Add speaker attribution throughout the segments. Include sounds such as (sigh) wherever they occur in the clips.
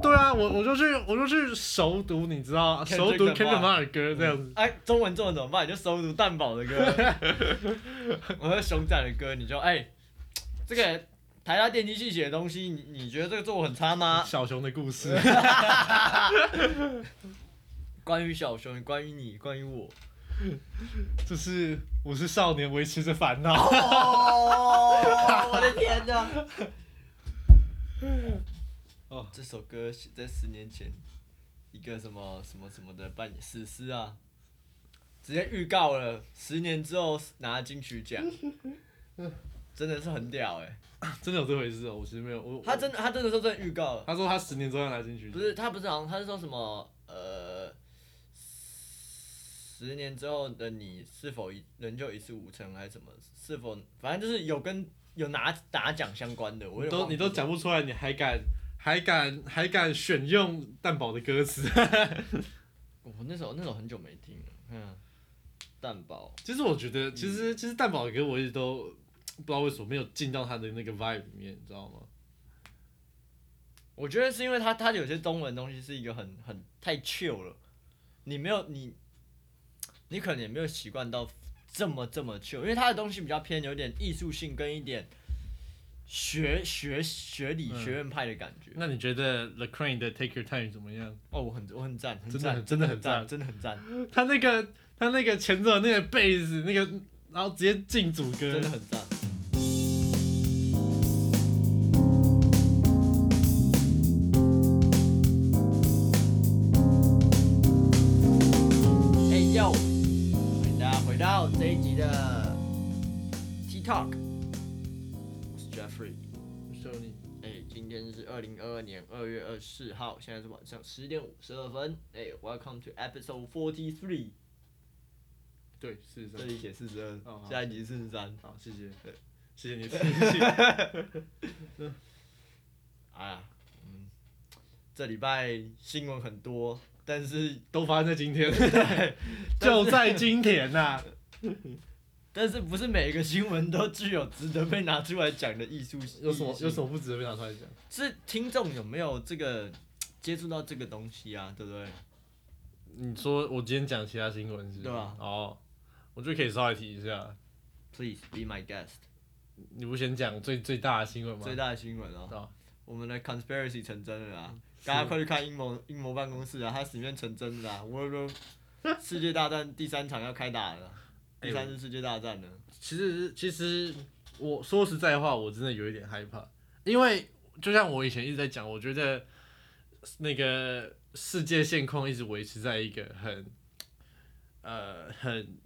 Speaker 1: 对啊，我我就去我就去熟读，你知道，
Speaker 2: Kendrick
Speaker 1: 熟读
Speaker 2: Lamar
Speaker 1: Kendrick Lamar 嗯的歌这样子。
Speaker 2: 哎、中文中文怎么办？你就搜读蛋堡的歌，我说熊仔的歌，你就哎、这个台大电机系写的东西，你你觉得这个作文很差吗？
Speaker 1: 小熊的故事，
Speaker 2: 关于小熊，关于你，关于我。
Speaker 1: (laughs) 就是我是少年，维持着烦恼。
Speaker 2: 哦，我的天 (laughs) 哪！
Speaker 1: 哦，
Speaker 2: 这首歌是在十年前，一个什么什么什么的办史诗啊，直接预告了十年之后拿金曲 (laughs) 奖，真的是很屌哎、
Speaker 1: (laughs) 真的有这回事哦，我其实没有。我
Speaker 2: 他真的他真的说真的预告了，
Speaker 1: 他说他十年之后要来进去，
Speaker 2: 不是他不是好像他是说什么呃，十年之后的你是否一仍旧一事无成还是什么？是否反正就是有跟有拿拿奖相关的，我
Speaker 1: 你
Speaker 2: 有点
Speaker 1: 都
Speaker 2: 忘记
Speaker 1: 你都讲不出来，你还敢还敢还敢选用蛋堡的歌词？ (laughs)
Speaker 2: 我那时候那时候很久没听了，嗯，蛋堡
Speaker 1: 其实我觉得，其实其实蛋堡的歌我一直都不知道为什么没有进到他的那个 vibe 里面，你知道吗？
Speaker 2: 我觉得是因为他他有些中文东西是一个很很太 chill 了，你没有你，你可能也没有习惯到这么这么 chill，因为他的东西比较偏有点艺术性跟一点学学学理
Speaker 1: 嗯
Speaker 2: 学院派的感觉。
Speaker 1: 那你觉得 The Crane 的 Take Your Time 怎么样？
Speaker 2: 哦，我很我很赞，很
Speaker 1: 真的
Speaker 2: 赞，
Speaker 1: 很真的很赞
Speaker 2: 赞，真的很赞，
Speaker 1: 他那个他那个前奏的那个贝斯那个，然后直接进主歌
Speaker 2: 真，的很赞。哎呦，欢迎大家回到这一集的 T Talk，我是 Jeffrey。
Speaker 1: 秀你
Speaker 2: 哎，今天是二零二二年二月二十四号，现在是晚上十点五十二分。哎，Welcome to episode forty three，
Speaker 1: 对，是这
Speaker 2: 这
Speaker 1: 样。
Speaker 2: 里写四十
Speaker 1: 哦好
Speaker 2: 二，下一集四十三。
Speaker 1: 好，谢谢，谢谢你，谢谢。
Speaker 2: 啊，嗯，这礼拜新闻很多，但是
Speaker 1: 都发生在今 (laughs) 天，就在今天啊呐、
Speaker 2: (laughs) 但是不是每一个新闻都具有值得被拿出来讲的艺术？
Speaker 1: 有什么有什么
Speaker 2: 么？
Speaker 1: 不值得被拿出来讲？
Speaker 2: 是听众有没有这个接触到这个东西啊？对不对？
Speaker 1: 你说我今天讲其他新闻是？
Speaker 2: 对啊
Speaker 1: 哦，我觉得可以稍微提一下。
Speaker 2: Please be my guest，
Speaker 1: 你不先讲最最大的新闻吗？
Speaker 2: 最大的新闻哦，
Speaker 1: 哦
Speaker 2: 我们的 conspiracy 成真了啊！大家快去看阴谋阴谋办公室啊，它里面成真了啊！World War (laughs) 世界大战第三场要开打了啊，
Speaker 1: 哎
Speaker 2: 第三次世界大战了。
Speaker 1: 其实其实我说实在话，我真的有一点害怕，因为就像我以前一直在讲，我觉得那个世界现况一直维持在一个很呃很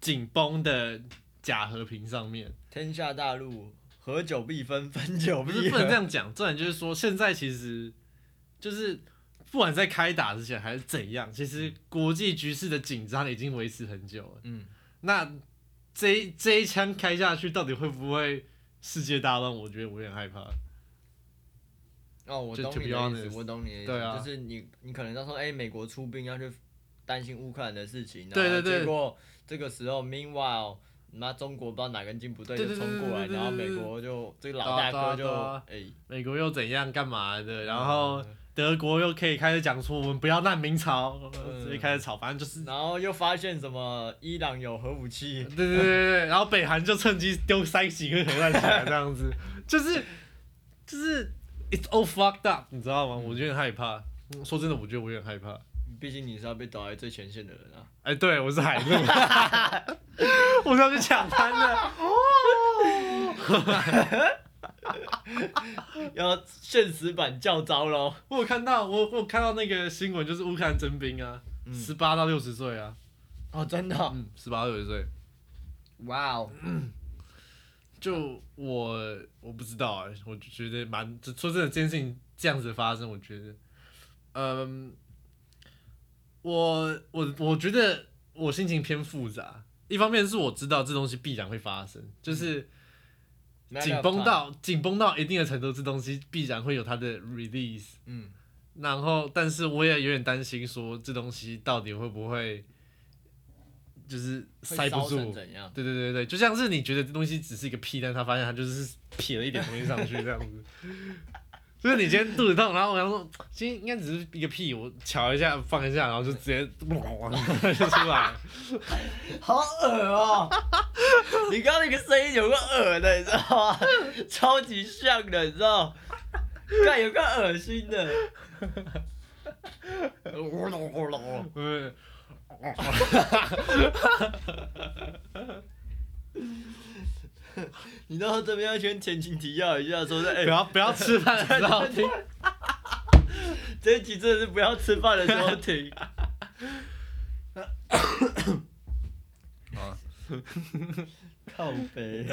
Speaker 1: 紧绷的假和平上面。
Speaker 2: 天下大陆，合久必分，分久
Speaker 1: 不
Speaker 2: 必
Speaker 1: 是不
Speaker 2: 合。
Speaker 1: 能这样讲，重点就是说，现在其实就是不管在开打之前还是怎样，其实国际局势的紧张已经维持很久了。
Speaker 2: 嗯，
Speaker 1: 那这一这一枪开下去，到底会不会世界大乱？我觉得我有点害怕。
Speaker 2: 哦，我
Speaker 1: 就
Speaker 2: 懂
Speaker 1: to
Speaker 2: 你
Speaker 1: be
Speaker 2: 的意
Speaker 1: honest，
Speaker 2: 思，我懂你的意思，
Speaker 1: 对啊
Speaker 2: 就是你你可能到时候哎、美国出兵要去担心乌克兰的事情，
Speaker 1: 对
Speaker 2: 然后
Speaker 1: 对对
Speaker 2: 结果这个时候，meanwhile，你妈中国不知道哪根筋不对
Speaker 1: 对
Speaker 2: 就
Speaker 1: 对
Speaker 2: 冲过
Speaker 1: 对对对
Speaker 2: 来，
Speaker 1: 对
Speaker 2: 然后美
Speaker 1: 对
Speaker 2: 国就这
Speaker 1: 对
Speaker 2: 个老
Speaker 1: 啊
Speaker 2: 大
Speaker 1: 对啊
Speaker 2: 哥就
Speaker 1: 对啊
Speaker 2: 哎，
Speaker 1: 美国又怎样干嘛的？然后德国又可以开始讲说我们不要难民潮，呃
Speaker 2: 嗯
Speaker 1: 直接开始吵，反正就是 (laughs)
Speaker 2: 然后又发现什么伊朗有核武器，
Speaker 1: 对对对对，对，然后北韩就趁机丢塞几个核弹起来，这样子， (laughs) 就是就是 it's all fucked up，你知道吗？我有点害怕。嗯说真的，我觉得我有点害怕。
Speaker 2: 毕竟你是要被倒在最前线的人啊。
Speaker 1: 哎，对，我是海 (laughs) 陆，我是要去抢滩的。
Speaker 2: 要现实版教招喽，
Speaker 1: 我有看到，我我有看到那个新闻，就是乌克兰征兵啊，
Speaker 2: 嗯
Speaker 1: 十八到六十岁啊，
Speaker 2: 哦，真的哦，
Speaker 1: 嗯，十八到六十岁，
Speaker 2: 哇哦，
Speaker 1: 就我我不知道哎、我就觉得蛮，就说真的，这件事情这样子发生，我觉得，嗯，我我我觉得我心情偏复杂。一方面是我知道这东西必然会发生，就是紧绷，到紧绷到一定的程度，这东西必然会有它的 release。
Speaker 2: 嗯，
Speaker 1: 然后，但是我也有点担心，说这东西到底会不会就是塞
Speaker 2: 会
Speaker 1: 不
Speaker 2: 烧
Speaker 1: 住
Speaker 2: 成，怎样？
Speaker 1: 对对对对，就像是你觉得这东西只是一个屁，但他发现他就是撇了一点东西上去这样子， (laughs) 就是你今天肚子痛，然后我想说，今天应该只是一个屁，我瞧一下放一下，然后就直接就出
Speaker 2: (laughs)
Speaker 1: 来了。
Speaker 2: 好恶 (laughs) 哦、你刚刚那个声音有个恶的，你知道 (laughs) 吗？超级像的，你知道？看有个恶心 (laughs) 的。
Speaker 1: 嗯，
Speaker 2: 你到这边要先前情提要一下，说是哎，
Speaker 1: 不要不要吃
Speaker 2: (laughs)
Speaker 1: 饭的时候听。
Speaker 2: 这一集真的是不要吃饭的时候 (laughs) 听。
Speaker 1: 啊，
Speaker 2: 靠背，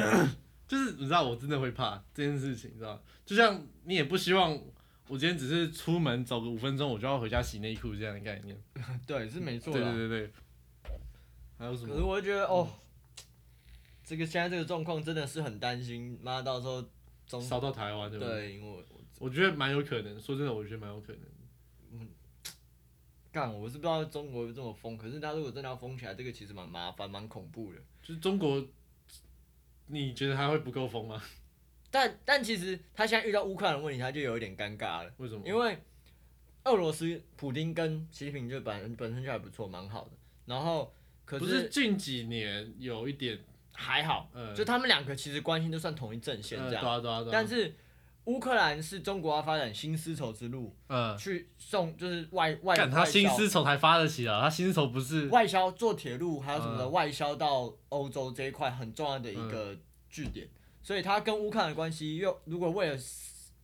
Speaker 1: 就是你知道我真的会怕这件事情，你知道吗？就像你也不希望我今天只是出门走个五分钟，我就要回家洗内裤这样的概念。
Speaker 2: 对，是没错啊
Speaker 1: 对
Speaker 2: 啦。
Speaker 1: 对对对。还有什
Speaker 2: 可是
Speaker 1: 么？
Speaker 2: 我就觉得哦，这个现在这个状况真的是很担心，妈到时候中
Speaker 1: 烧到台湾对不对？
Speaker 2: 对，因为我
Speaker 1: 我觉得蛮有可能。说真的，我觉得蛮有可能。
Speaker 2: 干我是不知道中国这么封，可是他如果真的要封起来，这个其实蛮麻烦、蛮恐怖的。
Speaker 1: 就是中国，你觉得它会不够疯吗？
Speaker 2: 但但其实他现在遇到乌克兰的问题，他就有一点尴尬了，
Speaker 1: 为什么？
Speaker 2: 因为俄罗斯普丁跟习近平就本本身就还不错，蛮好的。然后可
Speaker 1: 不是近几年有一点，
Speaker 2: 还好，
Speaker 1: 呃，
Speaker 2: 就他们两个其实关系都算同一阵线
Speaker 1: 呃
Speaker 2: 这
Speaker 1: 对
Speaker 2: 样，
Speaker 1: 啊对啊对啊，
Speaker 2: 但是。乌克兰是中国要发展新丝绸之路，
Speaker 1: 呃，
Speaker 2: 去送就是外外
Speaker 1: 干他
Speaker 2: 外销
Speaker 1: 新丝绸才发得起啊，他新丝绸不是
Speaker 2: 外销做铁路还有什么的
Speaker 1: 嗯
Speaker 2: 外销到欧洲这一块很重要的一个据点，所以它跟乌克兰的关系又如果为了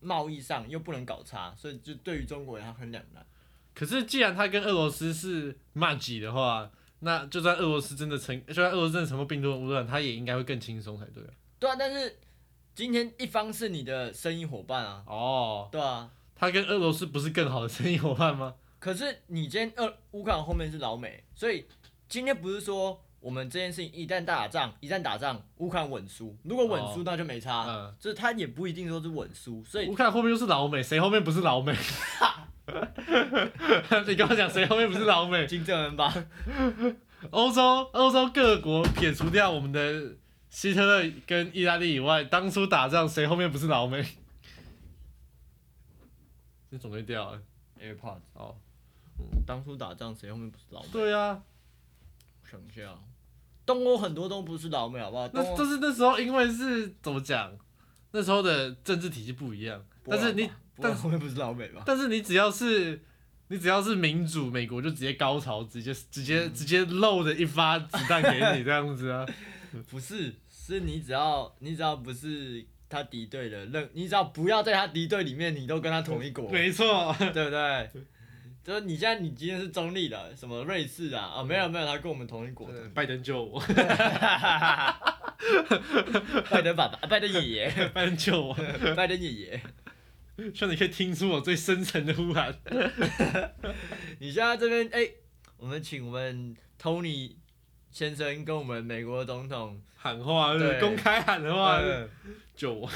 Speaker 2: 贸易上又不能搞差，所以就对于中国人他很两难。
Speaker 1: 可是既然他跟俄罗斯是 m a 的话，那就算俄罗斯真的成，就算俄罗斯真的成功并吞乌克兰，他也应该会更轻松才对啊。
Speaker 2: 对啊，但是今天一方是你的生意伙伴啊，
Speaker 1: 哦，
Speaker 2: 对啊，
Speaker 1: 他跟俄罗斯不是更好的生意伙伴吗？
Speaker 2: 可是你今天呃乌克兰后面是老美，所以今天不是说我们这件事情一旦打仗，一旦打仗乌克兰稳输，如果稳输那就没差，
Speaker 1: 嗯，
Speaker 2: 就是他也不一定说是稳输，所以
Speaker 1: 乌克兰后面就是老美，谁后面不是老美？ (laughs) 你跟我讲谁后面不是老美？
Speaker 2: 金正恩吧，
Speaker 1: (laughs) 欧洲欧洲各国撇除掉我们的希特勒跟意大利以外，当初打仗谁后面不是老美？ (laughs) 这总会掉了
Speaker 2: AirPods，
Speaker 1: 哦。
Speaker 2: 当初打仗谁后面不是老美？
Speaker 1: 对啊，
Speaker 2: 我想一下，东欧很多都不是老美，好不好？
Speaker 1: 那
Speaker 2: 东欧
Speaker 1: 但是那时候因为是怎么讲，那时候的政治体系不一样，
Speaker 2: 波
Speaker 1: 但
Speaker 2: 兰吧
Speaker 1: 是你
Speaker 2: 波兰后面不是老美吧？
Speaker 1: 但是你只要是你只要是民主，美国就直接高潮，直接直接直接漏的一发子弹给你这样 (laughs) 子啊。
Speaker 2: 不是，是你只要你只要不是他敌对的任，你只要不要在他敌对里面，你都跟他同一国，对
Speaker 1: 没错，
Speaker 2: 不对？就是你现在你今天是中立的，什么瑞士啊啊没有没有，他跟我们同一国的，
Speaker 1: 拜登救 (laughs) 我，
Speaker 2: 拜登爸爸，拜登爷
Speaker 1: (laughs)
Speaker 2: 爷，
Speaker 1: 拜登救我，
Speaker 2: 拜登爷爷，
Speaker 1: 希望你可以听出我最深层的呼喊。
Speaker 2: 你现在这边哎、我们请我们 Tony 先生跟我们美国总统
Speaker 1: 喊话，
Speaker 2: 对
Speaker 1: 公开喊的话，救 (laughs) 我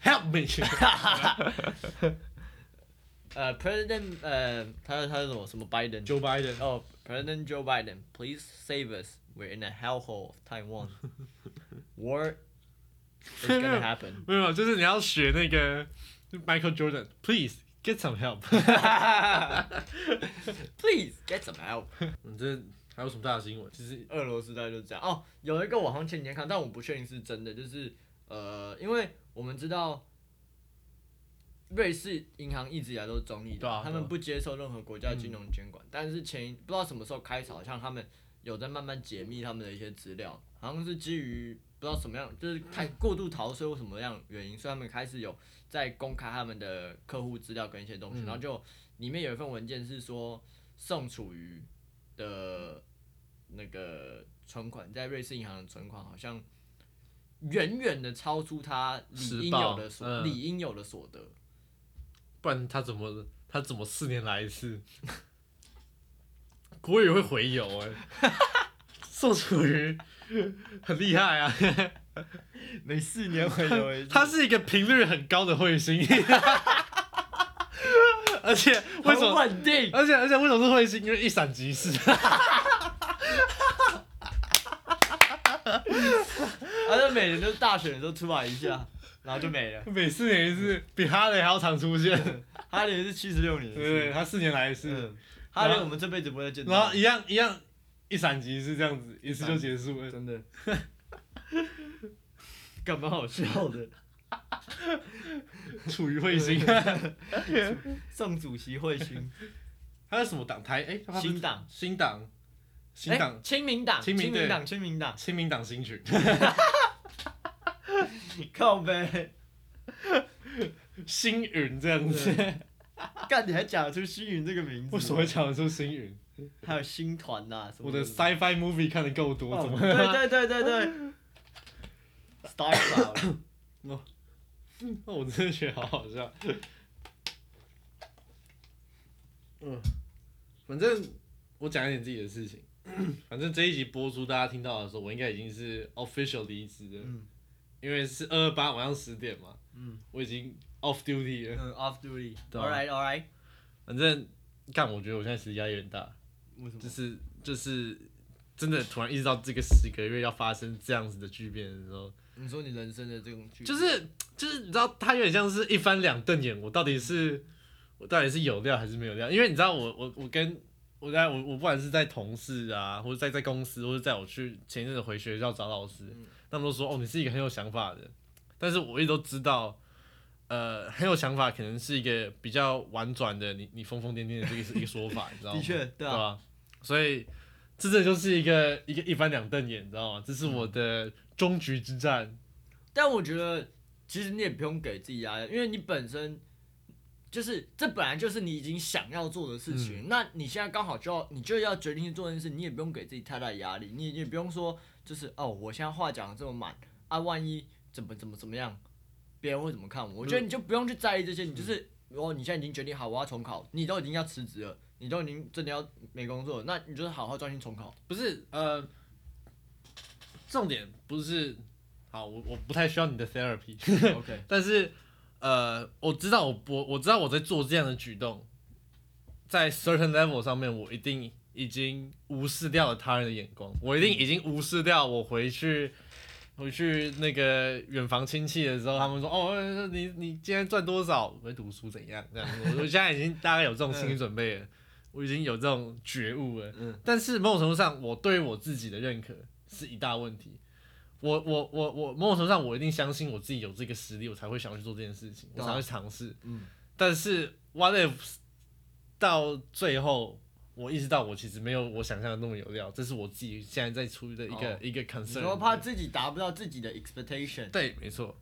Speaker 1: ，Help me！ (laughs)
Speaker 2: 呃，President，呃，他他是什么什么 Biden？
Speaker 1: Joe Biden，
Speaker 2: 哦，President Joe Biden，please save us. We're in a hellhole of
Speaker 1: (laughs)
Speaker 2: Taiwan. War is
Speaker 1: (laughs)
Speaker 2: gonna happen. (laughs)
Speaker 1: 没有，就是你要学那个 Michael Jordan，Please get some help。 (laughs)
Speaker 2: please get some help.
Speaker 1: 你嗯这还有什么大的新闻？其实
Speaker 2: 俄罗斯大概就是这样。哦，有一个我好像前几天看，但我不确定是真的，就是呃，因为我们知道瑞士银行一直以来都是中立的，
Speaker 1: 对啊
Speaker 2: 他
Speaker 1: 对
Speaker 2: 们
Speaker 1: 啊嗯
Speaker 2: 不接受任何国家金融监管，但是前一不知道什么时候开始，好像他们有在慢慢解密他们的一些资料，好像是基于。不知道什么样，就是太过度逃税或什么样的原因，所以他们开始有在公开他们的客户资料跟一些东西，
Speaker 1: 嗯
Speaker 2: 然后就里面有一份文件是说宋楚瑜的那个存款，在瑞士银行的存款好像远远的超出他理应
Speaker 1: 实报
Speaker 2: 有的所、
Speaker 1: 嗯
Speaker 2: 理应有的所得。
Speaker 1: 不然他怎么他怎么四年来一次？ (laughs) 国语会回游哎、 (laughs) 宋楚瑜很厉害啊，
Speaker 2: 每四年回流 (laughs) 一
Speaker 1: 他是一个频率很高的彗星， (laughs) 而且为什
Speaker 2: 很
Speaker 1: 么？
Speaker 2: 稳定。
Speaker 1: 而且而且为什么是彗星？因为一闪即逝。 (laughs)
Speaker 2: 他就每年都是大选的时候出来一下，然后就没了。
Speaker 1: 每四年一次，比哈雷还要常出现，
Speaker 2: 哈雷是七十六年
Speaker 1: 对不
Speaker 2: 一
Speaker 1: 对？
Speaker 2: 次，
Speaker 1: 他四年来一次，
Speaker 2: 嗯，哈雷我们这辈子不会再见
Speaker 1: 然
Speaker 2: 到
Speaker 1: 后，一样一样一闪即逝这样子，一次就结束了。
Speaker 2: 真的。 (laughs) 干嘛好笑的？
Speaker 1: 处于彗星， (laughs)
Speaker 2: 宋主席彗星，
Speaker 1: 他是什么党？台哎， (laughs) 他
Speaker 2: 新党，
Speaker 1: 新党，新
Speaker 2: 哎
Speaker 1: 党，
Speaker 2: 亲民党，
Speaker 1: 亲
Speaker 2: 亲
Speaker 1: 民
Speaker 2: 民党，亲民党，
Speaker 1: 啊亲民党新群， (laughs)
Speaker 2: 靠呗！ (laughs)
Speaker 1: 星云这样子。
Speaker 2: 干，你还讲得出星云这个名字？
Speaker 1: 为什么会讲得出星云？
Speaker 2: 还有星团呐、什么
Speaker 1: 我的 sci-fi movie 看的够多，
Speaker 2: 哦
Speaker 1: 怎么？ (laughs)
Speaker 2: 对对对对对，Star Cloud，
Speaker 1: 那我真的觉得好好笑。嗯，反正我讲一点自己的事情。 (clears throat) 反正这一集播出，大家听到的时候，我应该已经是 official 离职了，
Speaker 2: 嗯
Speaker 1: 因为是二二八晚上十点嘛，
Speaker 2: 嗯
Speaker 1: 我已经 off duty 了。
Speaker 2: 嗯，Off Duty，All
Speaker 1: 对啊
Speaker 2: right All right，
Speaker 1: 反正干，我觉得我现在实压力有点大，
Speaker 2: 为什么
Speaker 1: 就？是就是真的突然意识到这个十个月要发生这样子的巨变的时候，
Speaker 2: 你说你人生的这种剧，
Speaker 1: 就是就是你知道，他有点像是一翻两瞪眼，我到底是我到底是有料还是没有料？因为你知道我我我跟我在我我不管是在同事啊，或者在在公司，或者在我去前一阵子回学校找老师，
Speaker 2: 嗯
Speaker 1: 他们都说哦你是一个很有想法的，但是我一直都知道。呃，很有想法，可能是一个比较婉转的，你你疯疯癫癫的这个是一个说法，你知道吗？
Speaker 2: 的确
Speaker 1: 对
Speaker 2: 对啊，
Speaker 1: 吧所以这这就是一个一个一翻两瞪眼，你知道吗？这是我的终局之战。
Speaker 2: 但我觉得其实你也不用给自己压力，因为你本身。就是这本来就是你已经想要做的事情，那你现在刚好就要你就要决定去做这件事，你也不用给自己太大的压力，你也不用说就是哦，我现在话讲的这么满啊，万一怎么怎么怎么样，别人会怎么看我？我觉得你就不用去在意这些，你就是哦，你现在已经决定好我要重考，你都已经要辞职了，你都已经真的要没工作了，那你就是好好专心重考。
Speaker 1: 不是呃，重点不是好，我我不太需要你的 therapy，
Speaker 2: OK，
Speaker 1: 但是呃，我知道我我我知道我在做这样的举动，在 certain level 上面，我一定已经无视掉了他人的眼光，我一定已经无视掉我回去。回去那个远房亲戚的时候，他们说：“哦，你你今天赚多少？我会读书怎样？”这样，我我现在已经大概有这种心理准备了，我已经有这种觉悟了。
Speaker 2: 嗯，
Speaker 1: 但是某种程度上，我对我自己的认可是一大问题。我我我我某种程度上，我一定相信我自己有这个实力，我才会想要去做这件事情，我
Speaker 2: 对啊
Speaker 1: 才会尝试。
Speaker 2: 嗯，
Speaker 1: 但是 what if 到最后，我意识到我其实没有我想象的那么有料，这是我自己现在在处于的一个、
Speaker 2: 哦
Speaker 1: 一个
Speaker 2: 你
Speaker 1: concern。
Speaker 2: 说怕自己达不到自己的 expectation，
Speaker 1: 对，没错，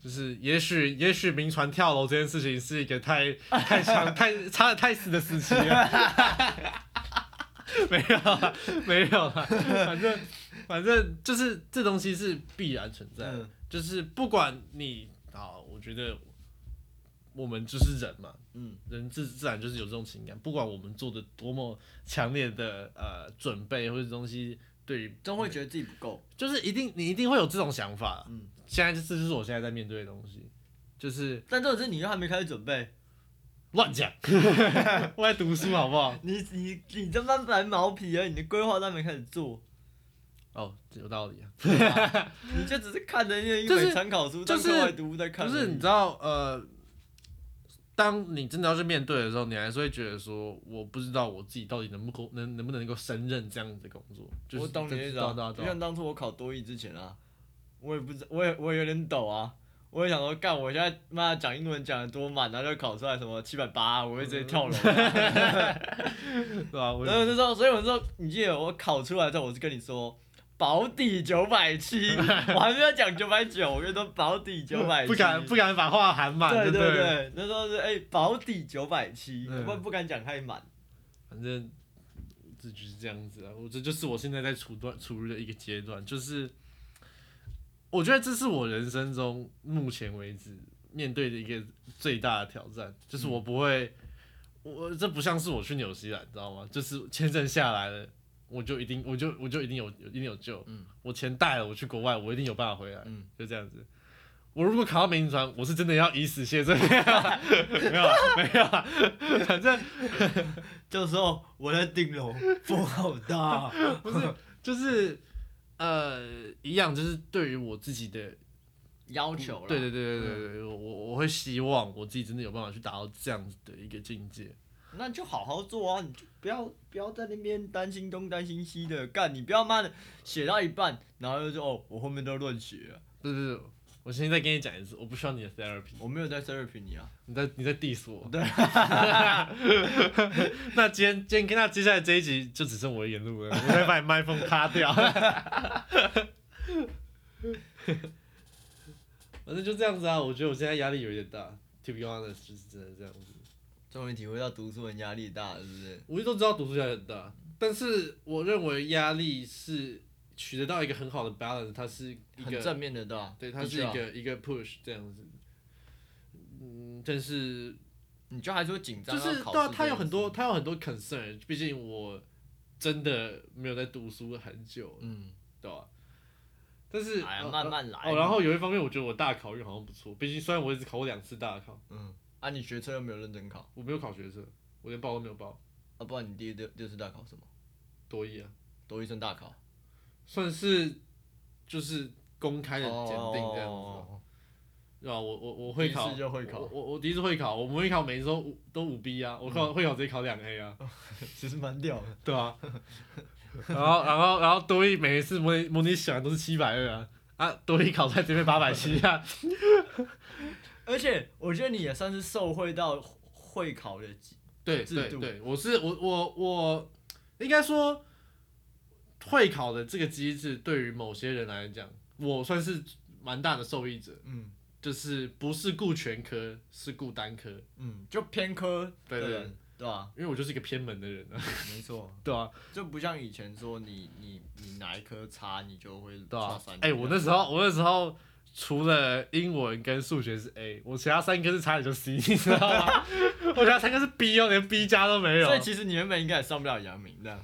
Speaker 1: 就是也许也许名船跳楼这件事情是一个
Speaker 2: (laughs)
Speaker 1: 太太长太差的太死的时期了， (laughs) 没有啦没有啦，反正反正就是这东西是必然存在的，
Speaker 2: 嗯
Speaker 1: 就是不管你啊，我觉得我们就是人嘛，
Speaker 2: 嗯，
Speaker 1: 人自自然就是有这种情感，不管我们做的多么强烈的呃准备或者东西。对于
Speaker 2: 都会觉得自己不够。
Speaker 1: 就是一定你一定会有这种想法。
Speaker 2: 嗯，
Speaker 1: 现在这这就是我现在在面对的东西，就是
Speaker 2: 但这种事你又还没开始准备，
Speaker 1: 乱讲。 (laughs) 我在读书好不好？
Speaker 2: (laughs) 你你你这般白毛皮啊而已，你的规划都还没开始做，
Speaker 1: 哦，有道理啊。
Speaker 2: 你就只是看着那一
Speaker 1: 就是
Speaker 2: 本参考书
Speaker 1: 就
Speaker 2: 当
Speaker 1: 是
Speaker 2: 课外读物在看
Speaker 1: 就
Speaker 2: 而已。
Speaker 1: 是你知道呃，当你真的要去面对的时候，你还是会觉得说，我不知道我自己到底能不够能能不能够胜任这样子的工作。就是
Speaker 2: 我懂你
Speaker 1: 这
Speaker 2: 意思
Speaker 1: 对啊对
Speaker 2: 啊，
Speaker 1: 啊
Speaker 2: 就
Speaker 1: 对啊
Speaker 2: 像当初我考多艺之前啊，我也不知，我也我也有点抖啊，我也想说，干，我现在妈讲英文讲的多满，然后就考出来什么七百八，我会直接跳楼啊。
Speaker 1: 对啊，我
Speaker 2: 然 (laughs) 后那时候，所以我那时候，你记得我考出来之后，我是跟你说保底九百七，我还没有讲九百九，我跟你说保底九百七，
Speaker 1: 不敢不敢把话喊满，
Speaker 2: 对
Speaker 1: 对
Speaker 2: 对
Speaker 1: 不对，
Speaker 2: 对，那时候是哎、保底九百七，
Speaker 1: 嗯
Speaker 2: 不不敢讲太满。
Speaker 1: 反正这就是这样子啊。我这就是我现在在处段处于的一个阶段，就是我觉得这是我人生中目前为止面对的一个最大的挑战，就是我不会，我这不像是我去纽西兰，你知道吗？就是签证下来了。我就一定，我就我就一定有，一定有救。
Speaker 2: 嗯
Speaker 1: 我钱带了，我去国外，我一定有办法回来。
Speaker 2: 嗯
Speaker 1: 就这样子。我如果考到名船，我是真的要以死谢罪。没有啊，没有啊，反正
Speaker 2: (laughs) 这时候我在顶楼，风好大，
Speaker 1: 就是呃，一样就是对于我自己的，
Speaker 2: 要求嗯了。
Speaker 1: 对对对对对对，我我会希望我自己真的有办法去达到这样子的一个境界。
Speaker 2: 那你就好好做啊，你就不要不要在那边担心东担心西的干，你不要妈的写到一半，然后就说哦，我后面都乱写啊，
Speaker 1: 不是不是，我现在跟你讲一次，我不需要你的 therapy，
Speaker 2: 我没有在 therapy 你啊，
Speaker 1: 你在你在 diss 我。
Speaker 2: 对。
Speaker 1: (laughs) 那今天今天那接下来这一集就只剩我一个人录了，我再把你麦克风卡掉。 (laughs) 反正就这样子啊，我觉得我现在压力有一点大，to be honest，就是真的这样子。
Speaker 2: 终于体会到读书人压力大了，是不是？
Speaker 1: 我一直都知道读书压力很大，但是我认为压力是取得到一个很好的 balance，它是一
Speaker 2: 很
Speaker 1: 个
Speaker 2: 正面的，对吧？
Speaker 1: 对，它
Speaker 2: 的
Speaker 1: 是
Speaker 2: 确
Speaker 1: 一
Speaker 2: 啊，
Speaker 1: 个一个 push 这样子。嗯，但是
Speaker 2: 你就还是会紧张，
Speaker 1: 就是
Speaker 2: 要考
Speaker 1: 对啊，
Speaker 2: 试
Speaker 1: 他有
Speaker 2: 这件
Speaker 1: 很多
Speaker 2: 事，
Speaker 1: 他有很多 concern，毕竟我真的没有在读书很久，
Speaker 2: 嗯，
Speaker 1: 对吧、但是
Speaker 2: 哎呀，
Speaker 1: 呃
Speaker 2: 慢慢来。
Speaker 1: 哦，然后有一方面我觉得我大考运好像不错，毕竟虽然我只考过两次大考，
Speaker 2: 嗯，啊，你学车又没有认真考，
Speaker 1: 我没有考学测，我连报都没有报，
Speaker 2: 啊，不然你第六六次大考什么？
Speaker 1: 多一啊，
Speaker 2: 多一生大考，
Speaker 1: 算是就是公开的检定这样子吧，
Speaker 2: 哦
Speaker 1: 对吧、我我我会考，
Speaker 2: 第一次就会考
Speaker 1: 我我我第一次会考，我们会考每一次都五都五 B 啊，我考、会考直接考两 A 啊，
Speaker 2: (laughs) 其实蛮屌的。
Speaker 1: 对啊，然后然后然后多一每一次模拟模拟选都是七百二啊，啊多一考在这边八百七
Speaker 2: (laughs)
Speaker 1: 啊，
Speaker 2: 而且我觉得你也算是受惠到会考的机
Speaker 1: 对
Speaker 2: 制
Speaker 1: 对
Speaker 2: 度
Speaker 1: 对，我是我我我应该说会考的这个机制对于某些人来讲，我算是蛮大的受益者，
Speaker 2: 嗯
Speaker 1: 就是不是顾全科，是顾单科，
Speaker 2: 嗯，就偏科的
Speaker 1: 对对
Speaker 2: 人，对吧、
Speaker 1: 因为我就是一个偏门的人 (laughs) 啊，
Speaker 2: 没错，
Speaker 1: 对啊
Speaker 2: 就不像以前说你你你哪一科差，你就会
Speaker 1: 对
Speaker 2: 差
Speaker 1: 啊
Speaker 2: 三。，
Speaker 1: 哎、我那时候我那时候。除了英文跟数学是 A，我其他三科是差点就 C，你知道
Speaker 2: (laughs)
Speaker 1: 吗？我其他三科是 B 哦，连 B 加都没有。
Speaker 2: 所以其实你原本应该也上不了阳明的，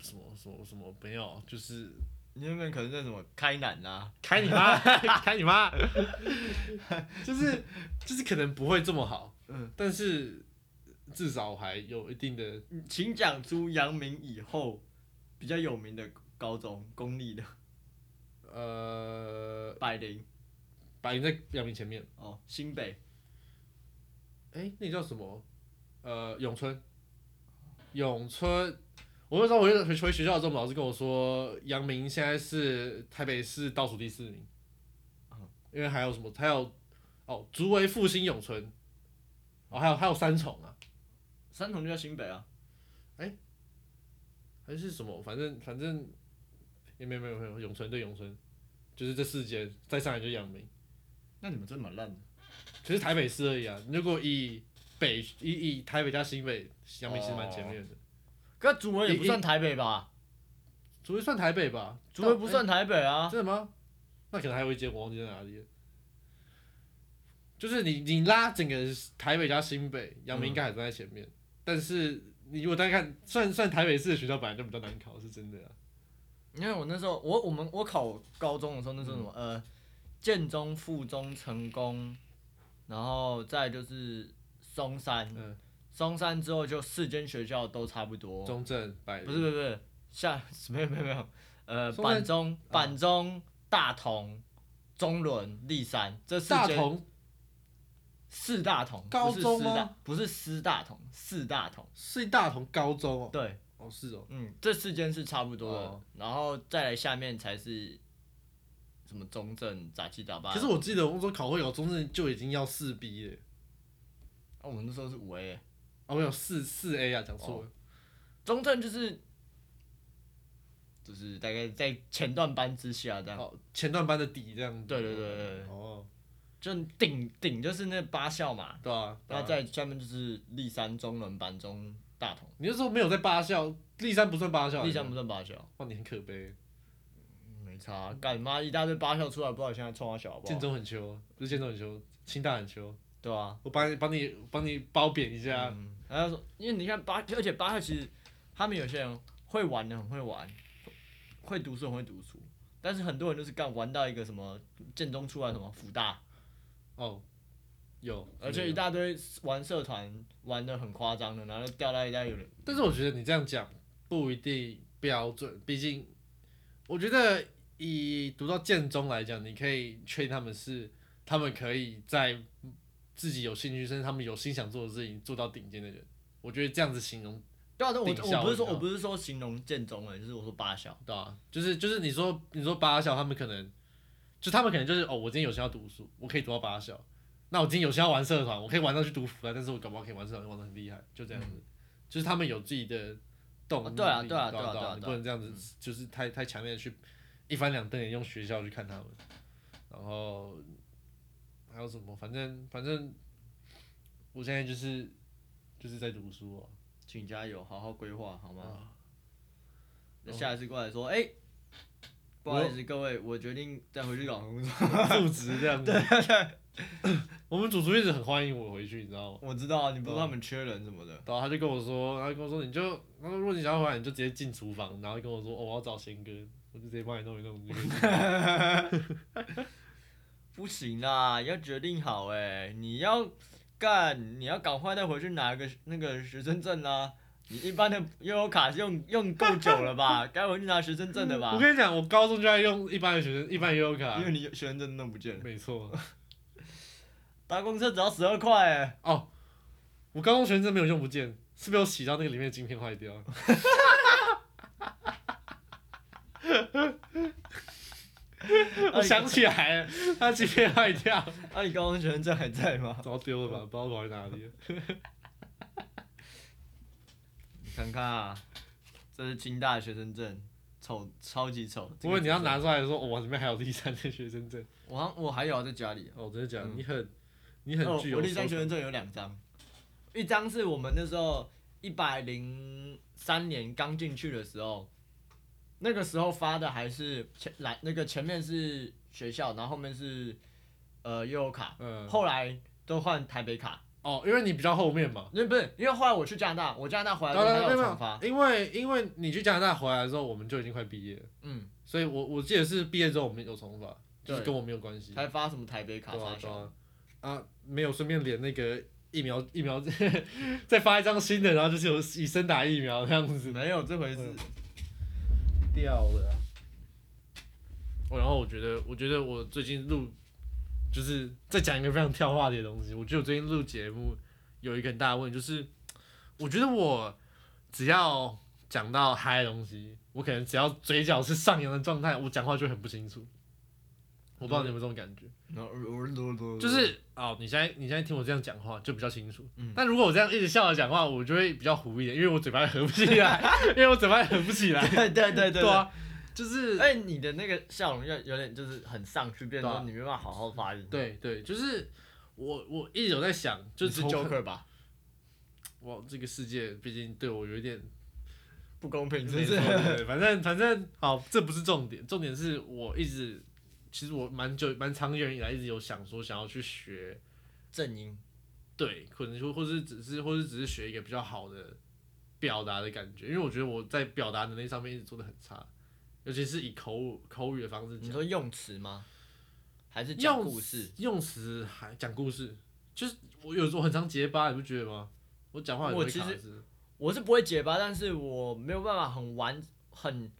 Speaker 1: 什么什么什么没有，啊就是
Speaker 2: 你原本可能在什么开南啊，
Speaker 1: 开你妈， (laughs) 开你妈，就是就是可能不会这么好，
Speaker 2: 嗯，
Speaker 1: 但是至少还有一定的
Speaker 2: 请讲出阳明以后比较有名的高中公立的
Speaker 1: 呃，
Speaker 2: 百灵
Speaker 1: 摆在阳明前面。
Speaker 2: 哦，新北
Speaker 1: 哎、那个叫什么？呃，永春，永春。我那时候我就回回学校的时候，我们老师跟我说，阳明现在是台北市倒数第四名
Speaker 2: 嗯，
Speaker 1: 因为还有什么，还有哦，竹围、复兴、永春，哦，还有还有三重啊，
Speaker 2: 三重就叫新北啊，
Speaker 1: 还是什么，反正反正也没有没有没有，永春对永春，就是这四间，再上来就阳明，
Speaker 2: 那你们真的蛮烂的，
Speaker 1: 可是台北市而已啊。如果以北以以台北加新北，阳明其实蛮前面的，
Speaker 2: 可主文也不算台北吧？
Speaker 1: 竹围算台北吧？
Speaker 2: 主文不算台北啊，
Speaker 1: 真的吗？那可能还有一间我忘记在哪里了。就是你你拉整个台北加新北，阳明应该还站在前面，但是你如果单看，算算台北市的学校本来就比较难考，是真的啊。
Speaker 2: 因为我那时候，我我们我考高中的时候，那时候什么、呃，建中、附中、成功，然后再就是松山，
Speaker 1: 嗯，
Speaker 2: 松山之后就四间学校都差不多，
Speaker 1: 中正、百灵
Speaker 2: 哦不是不是不是下 (laughs) 没有没有没有，呃，
Speaker 1: 松山
Speaker 2: 板中、板中、大同、中伦、立山这四
Speaker 1: 大
Speaker 2: 间
Speaker 1: 同
Speaker 2: 四大同，
Speaker 1: 高
Speaker 2: 不是
Speaker 1: 中
Speaker 2: 师
Speaker 1: 吗
Speaker 2: 大不是师大同，四大同，
Speaker 1: 是大同高中哦。
Speaker 2: 对，
Speaker 1: 哦，是哦，
Speaker 2: 嗯，这四间是差不多的，
Speaker 1: 哦
Speaker 2: 然后再来下面才是什么中正、杂七杂八。
Speaker 1: 可是我记得我那时候考会考中正就已经要四 B 了，
Speaker 2: 啊，我们那时候是五 A，
Speaker 1: 哦，没有四四 A 啊，讲错了。
Speaker 2: 哦中正就是就是大概在前段班之下这样，
Speaker 1: 哦，前段班的底这样子。
Speaker 2: 对对对对对
Speaker 1: 哦，
Speaker 2: 就顶顶就是那八校嘛，
Speaker 1: 对啊。对啊
Speaker 2: 那在下面就是立山、中伦、板中、大同，
Speaker 1: 你那时候没有在八校，立山不算八校。
Speaker 2: 啊
Speaker 1: 哦
Speaker 2: 立山不，算八校，
Speaker 1: 哇，你很可悲。
Speaker 2: 没差，啊干妈一大堆八校出来，不知道现在冲他小好不
Speaker 1: 建
Speaker 2: 好？
Speaker 1: 中很秋，不是建中很秋，清大很秋。
Speaker 2: 对啊，
Speaker 1: 我帮你帮你帮你褒贬一下。
Speaker 2: 嗯，还有说，因为你看八，而且八校其实他们有些人会玩的很会玩，会读书很会读书，但是很多人就是干玩到一个什么建中出来什么福大，
Speaker 1: 哦，有，
Speaker 2: 而且一大堆玩社团玩的很夸张的，然后就掉到一大堆有人，
Speaker 1: 但是我觉得你这样讲不一定标准，毕竟我觉得以读到建中来讲，你可以确定他们是他们可以在自己有兴趣，甚至他们有心想做的事情做到顶尖的人。我觉得这样子形容
Speaker 2: 对啊，但我
Speaker 1: 顶校
Speaker 2: 我不是说
Speaker 1: 你知道
Speaker 2: 我不是说形容建中哎，就是我说八小，
Speaker 1: 对啊，就是就是你说你说八校，他们可能就他们可能就是哦，我今天有心要读书，我可以读到八校。那我今天有心要玩社团，我可以玩到去读福大，但是我搞不好可以玩社团玩的很厉害，就这样子。 (laughs) 就是他们有自己的动力，
Speaker 2: 嗯哦对啊
Speaker 1: 对
Speaker 2: 对啊
Speaker 1: 对
Speaker 2: 对啊
Speaker 1: 对
Speaker 2: 对啊
Speaker 1: 你
Speaker 2: 对啊
Speaker 1: 不能这样子，就是太太强烈的去一翻两瞪眼，用学校去看他们。然后还有什么？反正反正我现在就是就是在读书嗯啊。
Speaker 2: 请加油，好好规划好吗？那
Speaker 1: 哦
Speaker 2: 下一次过来说，哎、不好意思各位，我决定再回去搞工作。
Speaker 1: (laughs) 入职这样子。 (coughs) 我们主厨一直很欢迎我回去，你知道吗？
Speaker 2: 我知道啊，你不是说他们缺人什么的，
Speaker 1: 然后他就跟我说，他就跟我说你就，他说如果你想要回来，你就直接进厨房，然后跟我说，哦，我要找贤哥，我就直接帮你弄一弄。 (laughs)
Speaker 2: 不行啦，要决定好哎、你要干，你要赶快再回去拿个那个学生证啦。你一般的悠游卡用用够久了
Speaker 1: (laughs)
Speaker 2: 吧？该回去拿学生证的吧
Speaker 1: 我？跟你讲，我高中就在用一般的学生，一般的优卡
Speaker 2: 因，为你学生证弄不见了，
Speaker 1: 没错。
Speaker 2: 搭公车只要十二块哎，
Speaker 1: 哦，我高中学生证没有用不见，是被我洗到那个里面的晶片坏 (laughs) 掉。我想起来了，它晶片坏掉，
Speaker 2: 那、啊你高中学生证还在吗？
Speaker 1: 早丢了吧，不知道跑去哪里了。
Speaker 2: 看看啊，这是清大的学生证，丑，超级丑。
Speaker 1: 不过你要
Speaker 2: 这个
Speaker 1: 拿出来说，哦我里面还有第三的学生证。
Speaker 2: 纸张，我好像我还有在家里。
Speaker 1: (laughs) 哦，我真的讲，
Speaker 2: 嗯
Speaker 1: 你很，你
Speaker 2: 哦
Speaker 1: 很具有
Speaker 2: 我第一张
Speaker 1: 收
Speaker 2: 学生证有两张，一张是我们那时候一百零三年刚进去的时候，那个时候发的还是前来那个前面是学校，然后后面是呃悠游卡，
Speaker 1: 嗯，
Speaker 2: 后来都换台北卡，
Speaker 1: 哦，因为你比较后面嘛。
Speaker 2: 因为不是因为后来我去加拿大，我加拿大回来
Speaker 1: 然
Speaker 2: 之后
Speaker 1: 后啊没有
Speaker 2: 还有
Speaker 1: 没
Speaker 2: 重发
Speaker 1: 有，，因为因为你去加拿大回来的时候，我们就已经快毕业了，
Speaker 2: 嗯，
Speaker 1: 所以我我记得是毕业之后我们有重发，就是
Speaker 2: 对
Speaker 1: 跟我没有关系。
Speaker 2: 才发什么台北
Speaker 1: 嗯
Speaker 2: 卡
Speaker 1: 对
Speaker 2: 啥
Speaker 1: 啊
Speaker 2: 小
Speaker 1: 对
Speaker 2: 的。
Speaker 1: 啊，啊没有顺便连那个疫苗疫苗 (laughs) 再发一张新的，然后就是有以身打疫苗这样子
Speaker 2: 没有这回事。
Speaker 1: 嗯掉了啊。哦，然后我觉得我觉得我最近录就是在讲一个非常跳话题的东西，我觉得我最近录节目有一个很大的问题，就是我觉得我只要讲到嗨的东西，我可能只要嘴角是上扬的状态，我讲话就很不清楚。我不知道你有没有这种感觉，
Speaker 2: 然后我我我
Speaker 1: 就是哦，你现在你现在听我这样讲话就比较清楚，
Speaker 2: 嗯
Speaker 1: 但如果我这样一直笑着讲话，我就会比较糊一点，因为我嘴巴也合不起来， (laughs) 因为我嘴巴也合不起 (laughs) 来，
Speaker 2: 对对对对
Speaker 1: 对。啊，就是
Speaker 2: 哎，你的那个笑容要有点就是很上去，变成
Speaker 1: 对
Speaker 2: 说
Speaker 1: 啊
Speaker 2: 你没办法好好发音。，
Speaker 1: 对对，就是我我一直有在想，就
Speaker 2: 就是是
Speaker 1: 从
Speaker 2: Joker 吧，
Speaker 1: 哇，这个世界毕竟对我有一点
Speaker 2: 不公平，是不
Speaker 1: 没错
Speaker 2: 是？ (laughs)
Speaker 1: 对对反正反正好，这不是重点，重点是我一直其实我蛮久蛮长远以来一直有想说想要去学，
Speaker 2: 正音，
Speaker 1: 对，可能说或是只是或是只是学一个比较好的表达的感觉，因为我觉得我在表达能力上面一直做的很差，尤其是以口口语的方式
Speaker 2: 你
Speaker 1: 讲。
Speaker 2: 说用词吗？还是讲
Speaker 1: 用
Speaker 2: 故事？
Speaker 1: 用词还讲故事，就是我有时候很常结巴，你不觉得吗？我讲话也
Speaker 2: 我
Speaker 1: 会
Speaker 2: 其
Speaker 1: 卡
Speaker 2: 实
Speaker 1: 字。
Speaker 2: 我是不会结巴，但是我没有办法很完很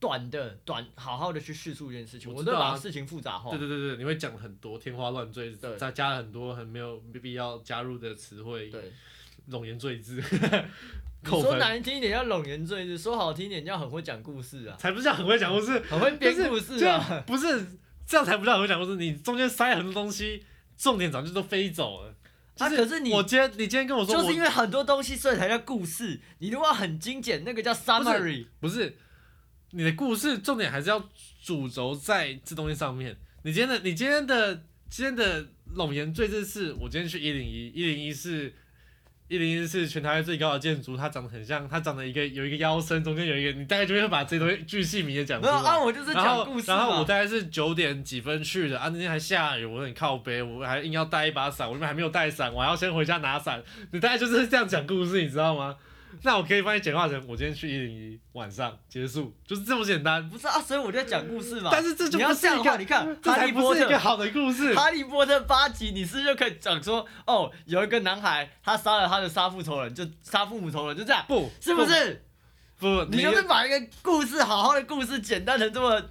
Speaker 2: 短的短好好的去叙述一件事情，
Speaker 1: 我
Speaker 2: 我
Speaker 1: 知
Speaker 2: 都
Speaker 1: 道啊
Speaker 2: 把事情复杂化
Speaker 1: 对。对对对，你会讲很多天花乱坠，
Speaker 2: 哦对
Speaker 1: 再加了很多很没有必要加入的词汇，
Speaker 2: 对，
Speaker 1: 冗言赘字，
Speaker 2: (laughs) 你
Speaker 1: 扣
Speaker 2: 说
Speaker 1: 分。
Speaker 2: 难听一点叫冗言赘字，说好听一点叫很会讲故事啊，
Speaker 1: 才不像很会讲故事，
Speaker 2: 很会编
Speaker 1: 就是
Speaker 2: 故事
Speaker 1: 这
Speaker 2: 啊。
Speaker 1: 样不是这样才不像很会讲故事。你中间塞很多东西，重点早就都飞走了。就
Speaker 2: 啊，可是你
Speaker 1: 我今天你今天跟我说我，
Speaker 2: 就是因为很多东西，所以才叫故事。你如果很精简，那个叫 summary。
Speaker 1: 不是你的故事重点还是要主轴在这东西上面。你今天的你今天的今天的冗言赘字是，我今天去一零一，一零一是。一零一是全台湾最高的建筑，它长得很像，它长得一个有一个腰身，中间有一个，你大概就会把这东西巨细靡遗地讲出
Speaker 2: 没有啊，
Speaker 1: 来。
Speaker 2: 我就是
Speaker 1: 然
Speaker 2: 讲
Speaker 1: 后
Speaker 2: 故事
Speaker 1: 然后我
Speaker 2: 嘛。
Speaker 1: 大概是九点几分去的啊，那天还下雨，我很靠背，我还硬要带一把伞，我那边还没有带伞，我还要先回家拿伞。你大概就是这样讲故事，你知道吗？那我可以帮你简化成我今天去一零一晚上结束，就是这么简单。
Speaker 2: 不是啊，所以我就讲故事嘛。
Speaker 1: 但是这就
Speaker 2: 你
Speaker 1: 不
Speaker 2: 要
Speaker 1: 是
Speaker 2: 这样
Speaker 1: 一
Speaker 2: 的话，
Speaker 1: 个，
Speaker 2: 你看《
Speaker 1: 这
Speaker 2: 哈
Speaker 1: 才
Speaker 2: 利
Speaker 1: 不
Speaker 2: 波
Speaker 1: 是一
Speaker 2: 特
Speaker 1: 个》好的故事。
Speaker 2: 《哈利波特》八集，你是不是就可以讲说，哦，有一个男孩他杀了他的杀父仇人，就杀父母仇人，就这样，
Speaker 1: 不，
Speaker 2: 是不是？
Speaker 1: 不，
Speaker 2: 你就是把一个故事好好的故事简单的这么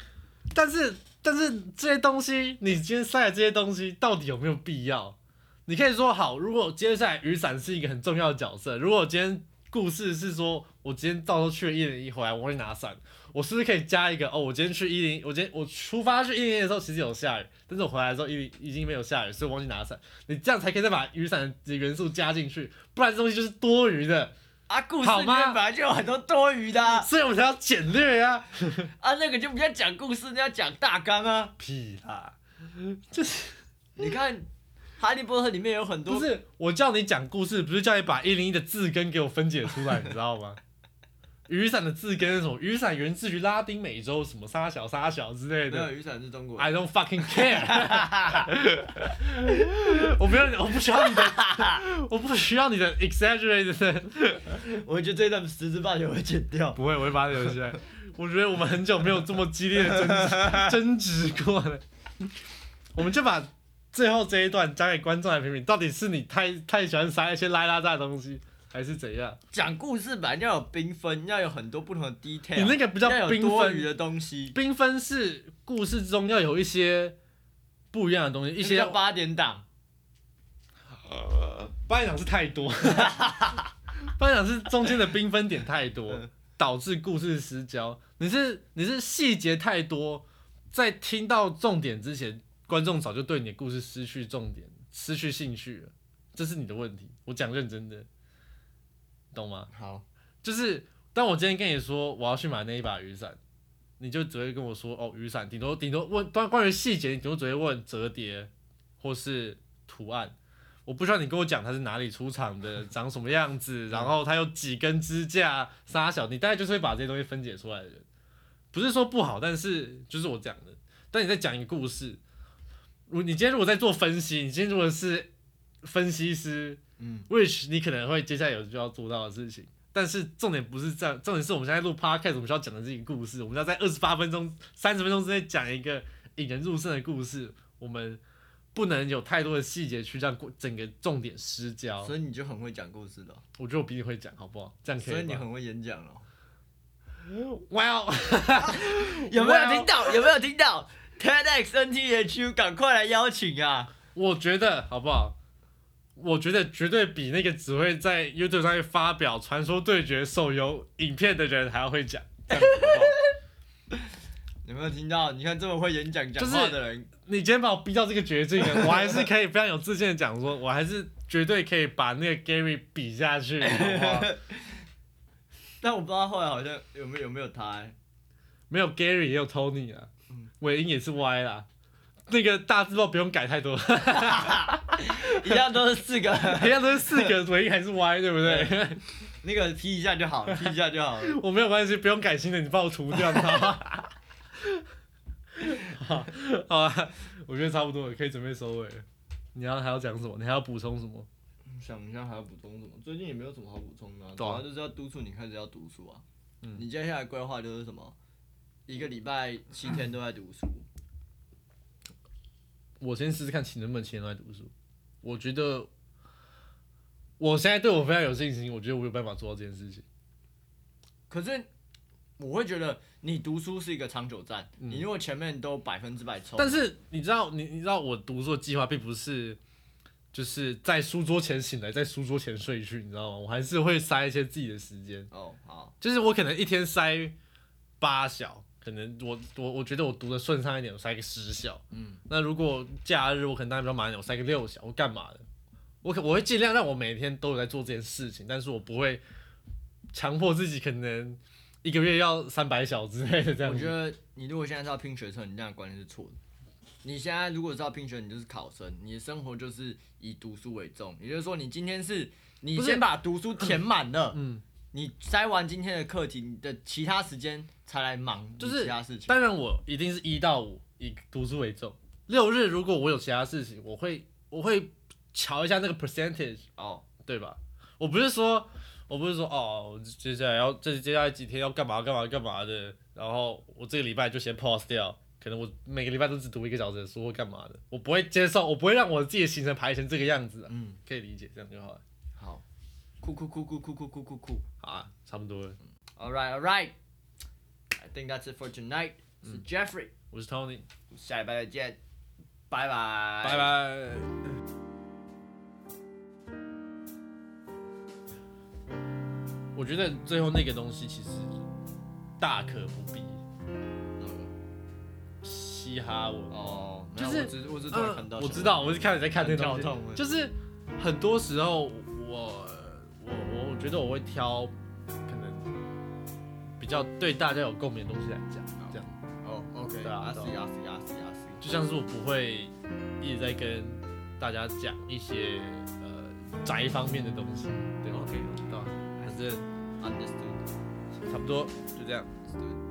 Speaker 1: 但是但是这些东西，你今天塞的这些东西到底有没有必要？你可以说好，如果接下来雨伞是一个很重要的角色，如果今天故事是说我今天到时候去了一零一回来，我会拿伞，我是不是可以加一个哦？我今天去一零，我今天我出发去一零一的时候其实有下雨，但是我回来的时候一零已经没有下雨，所以我忘记拿伞。你这样才可以再把雨伞的元素加进去，不然这东西就是多余的，
Speaker 2: 啊，故事
Speaker 1: 好
Speaker 2: 里面
Speaker 1: 吗
Speaker 2: 本来就有很多多余的啊，
Speaker 1: 所以我们才要简略啊。
Speaker 2: 啊那个就不要讲故事，那要讲大纲啊。
Speaker 1: 屁啦！ (laughs)
Speaker 2: 你看《哈利波特》里面有很多
Speaker 1: 不是我叫你讲故事，不是叫你把一零一的字根给我分解出来，你知道吗？ (laughs) 雨伞的字根是什么？雨伞源自于拉丁美洲什么沙小沙小之类
Speaker 2: 没有
Speaker 1: 的。
Speaker 2: 雨伞是中国人，
Speaker 1: I don't fucking care (laughs) 我。不要，我不需要你
Speaker 2: (laughs)
Speaker 1: 的，我不需要你的 exaggerated。哎
Speaker 2: 我觉得这段十之八九会剪掉。
Speaker 1: 不会，我会把它留下来。我觉得我们很久没有这么激烈的争执争执过 (laughs) 了。我们就把最后这一段交给观众来评评，到底是你太太喜欢塞一些拉拉杂的东西，还是怎样？
Speaker 2: 讲故事本来就要有缤纷，要有很多不同的 detail，
Speaker 1: 你那个不叫
Speaker 2: 要有
Speaker 1: 缤
Speaker 2: 多余
Speaker 1: 纷，
Speaker 2: 的东西，
Speaker 1: 缤纷是故事中要有一些不一样的东西，一
Speaker 2: 一
Speaker 1: 些
Speaker 2: 些八点档。
Speaker 1: 班长是太多，班长是中间的缤纷点太多
Speaker 2: 嗯，
Speaker 1: 导致故事失焦。你是你是细节太多，在听到重点之前，观众早就对你的故事失去重点，失去兴趣了，这是你的问题。我讲认真的，懂吗？
Speaker 2: 好，
Speaker 1: 就是当我今天跟你说我要去买那一把雨伞，你就只会跟我说哦，雨伞，顶多顶多问关关于细节，你顶多只会问折叠或是图案。我不需要你跟我讲它是哪里出厂的，长什么样子，然后它有几根支架，啥小，你大概就是会把这些东西分解出来的人。不是说不好，但是就是我讲的。但你在讲一个故事，如你今天如果在做分析，你今天如果是分析师，
Speaker 2: 嗯，
Speaker 1: which 你可能会接下来有需要做到的事情。但是重点不是这样，重点是我们现在录 podcast，我们需要讲的是一个故事，我们要在二十八分钟、三十分钟之内讲一个引人入胜的故事。我们不能有太多的细节去让故整个重点失焦。
Speaker 2: 所以你就很会讲故事了，
Speaker 1: 我觉得我比你会讲，好不好？这样可
Speaker 2: 所以你
Speaker 1: 吗？
Speaker 2: 很会演讲了。
Speaker 1: Well，
Speaker 2: 有没有听到？有没有听到？TEDx NTHU，赶快来邀请啊！
Speaker 1: 我觉得好不好？我觉得绝对比那个只会在 YouTube 上面发表《传说对决》手游影片的人还要会讲。这样子好不好
Speaker 2: 有没有听到？你看这么会演讲讲
Speaker 1: 是
Speaker 2: 话的人，
Speaker 1: 你今天把我逼到这个绝境了，我还是可以非常有自信的讲说，我还是绝对可以把那个 Gary 比下去，好不好？
Speaker 2: 但我不知道后来好像有没有有没有他、欸。
Speaker 1: 没有 Gary 也有 Tony 啊
Speaker 2: 嗯，
Speaker 1: 尾音也是歪啦。那个大字报不用改太多， (laughs)
Speaker 2: 一样都是四个，
Speaker 1: 人家都是四个尾音还是歪，对不对？
Speaker 2: 那个 P 一下就好了，P 一下就好了。
Speaker 1: (laughs) 我没有关系，不用改新的，你帮我除掉它。好，好啊，我觉得差不多了，可以准备收尾了。你要还要讲什么？你还要补充什么？
Speaker 2: 想一下还要补充什么？最近也没有什么好补充的、啊，主
Speaker 1: 对啊
Speaker 2: 要就是要督促你开始要读书啊。
Speaker 1: 嗯
Speaker 2: 你接下来规划就是什么？一个礼拜七天都在读书，
Speaker 1: 我先试试看，能不能前来读书。我觉得我现在对我非常有信心，我觉得我有办法做到这件事情。
Speaker 2: 可是我会觉得你读书是一个长久战，
Speaker 1: 嗯
Speaker 2: 你如果前面都百分之百抽，
Speaker 1: 但是你知道，你你知道我读书的计划并不是就是在书桌前醒来，在书桌前睡去，你知道吗？我还是会塞一些自己的时间，
Speaker 2: 哦好，
Speaker 1: 就是我可能一天塞八小，可能我我我觉得我读的顺畅一点，我塞个十小。
Speaker 2: 嗯，
Speaker 1: 那如果假日我可能当然比较忙一点，我塞个六小，我干嘛的？我可我会尽量让我每天都有在做这件事情，但是我不会强迫自己，可能一个月要三百小之类的这样
Speaker 2: 我
Speaker 1: 子。
Speaker 2: 觉得你如果现在是要拼学测，你这样的观念是错的。你现在如果是要拼学，你就是考生，你的生活就是以读书为重。也就是说，你今天是你
Speaker 1: 不是
Speaker 2: 先把读书填满了，
Speaker 1: 嗯，
Speaker 2: 你塞完今天的课题，你的其他时间才来忙你
Speaker 1: 就是
Speaker 2: 其他事情。
Speaker 1: 当然我一定是一到五以读书为重，六日如果我有其他事情，我会我会瞧一下那个 percentage，
Speaker 2: 哦，
Speaker 1: 对吧？我不是说，我不是说哦，我接下来要这接下来几天要干嘛干嘛干嘛的，然后我这个礼拜就先 pause 掉，可能我每个礼拜都只读一个小时的书或干嘛的，我不会接受，我不会让我自己的行程排成这个样子、啊，
Speaker 2: 嗯，
Speaker 1: 可以理解，这样就好了。
Speaker 2: 好，哭哭哭哭哭哭哭哭哭，
Speaker 1: 好啊，差不多了。
Speaker 2: All right, all right. I think that's it for tonight. 我
Speaker 1: 嗯
Speaker 2: 是 Jeffrey，、
Speaker 1: 我是 Tony，
Speaker 2: 下礼拜再见，拜拜，
Speaker 1: 拜。拜。我觉得最后那个东西其实大可不必嘻哈文，
Speaker 2: 哦，
Speaker 1: 就
Speaker 2: 没有
Speaker 1: 是呃
Speaker 2: 我只我只突然看到，
Speaker 1: 我知，道，我是看你在看那个东
Speaker 2: 很跳痛
Speaker 1: 西，就是很多时候我我我我觉得我会挑可能比较对大家有共鸣的东西来讲，这样
Speaker 2: 哦，OK，
Speaker 1: 对啊
Speaker 2: 阿 C
Speaker 1: 对
Speaker 2: 阿 C 阿 C 阿 C，
Speaker 1: 就像是我不会一直在跟大家讲一些呃宅方面的东西，对吧
Speaker 2: OK，
Speaker 1: 对吧？反正
Speaker 2: understood，
Speaker 1: 差不多就这样。
Speaker 2: understood。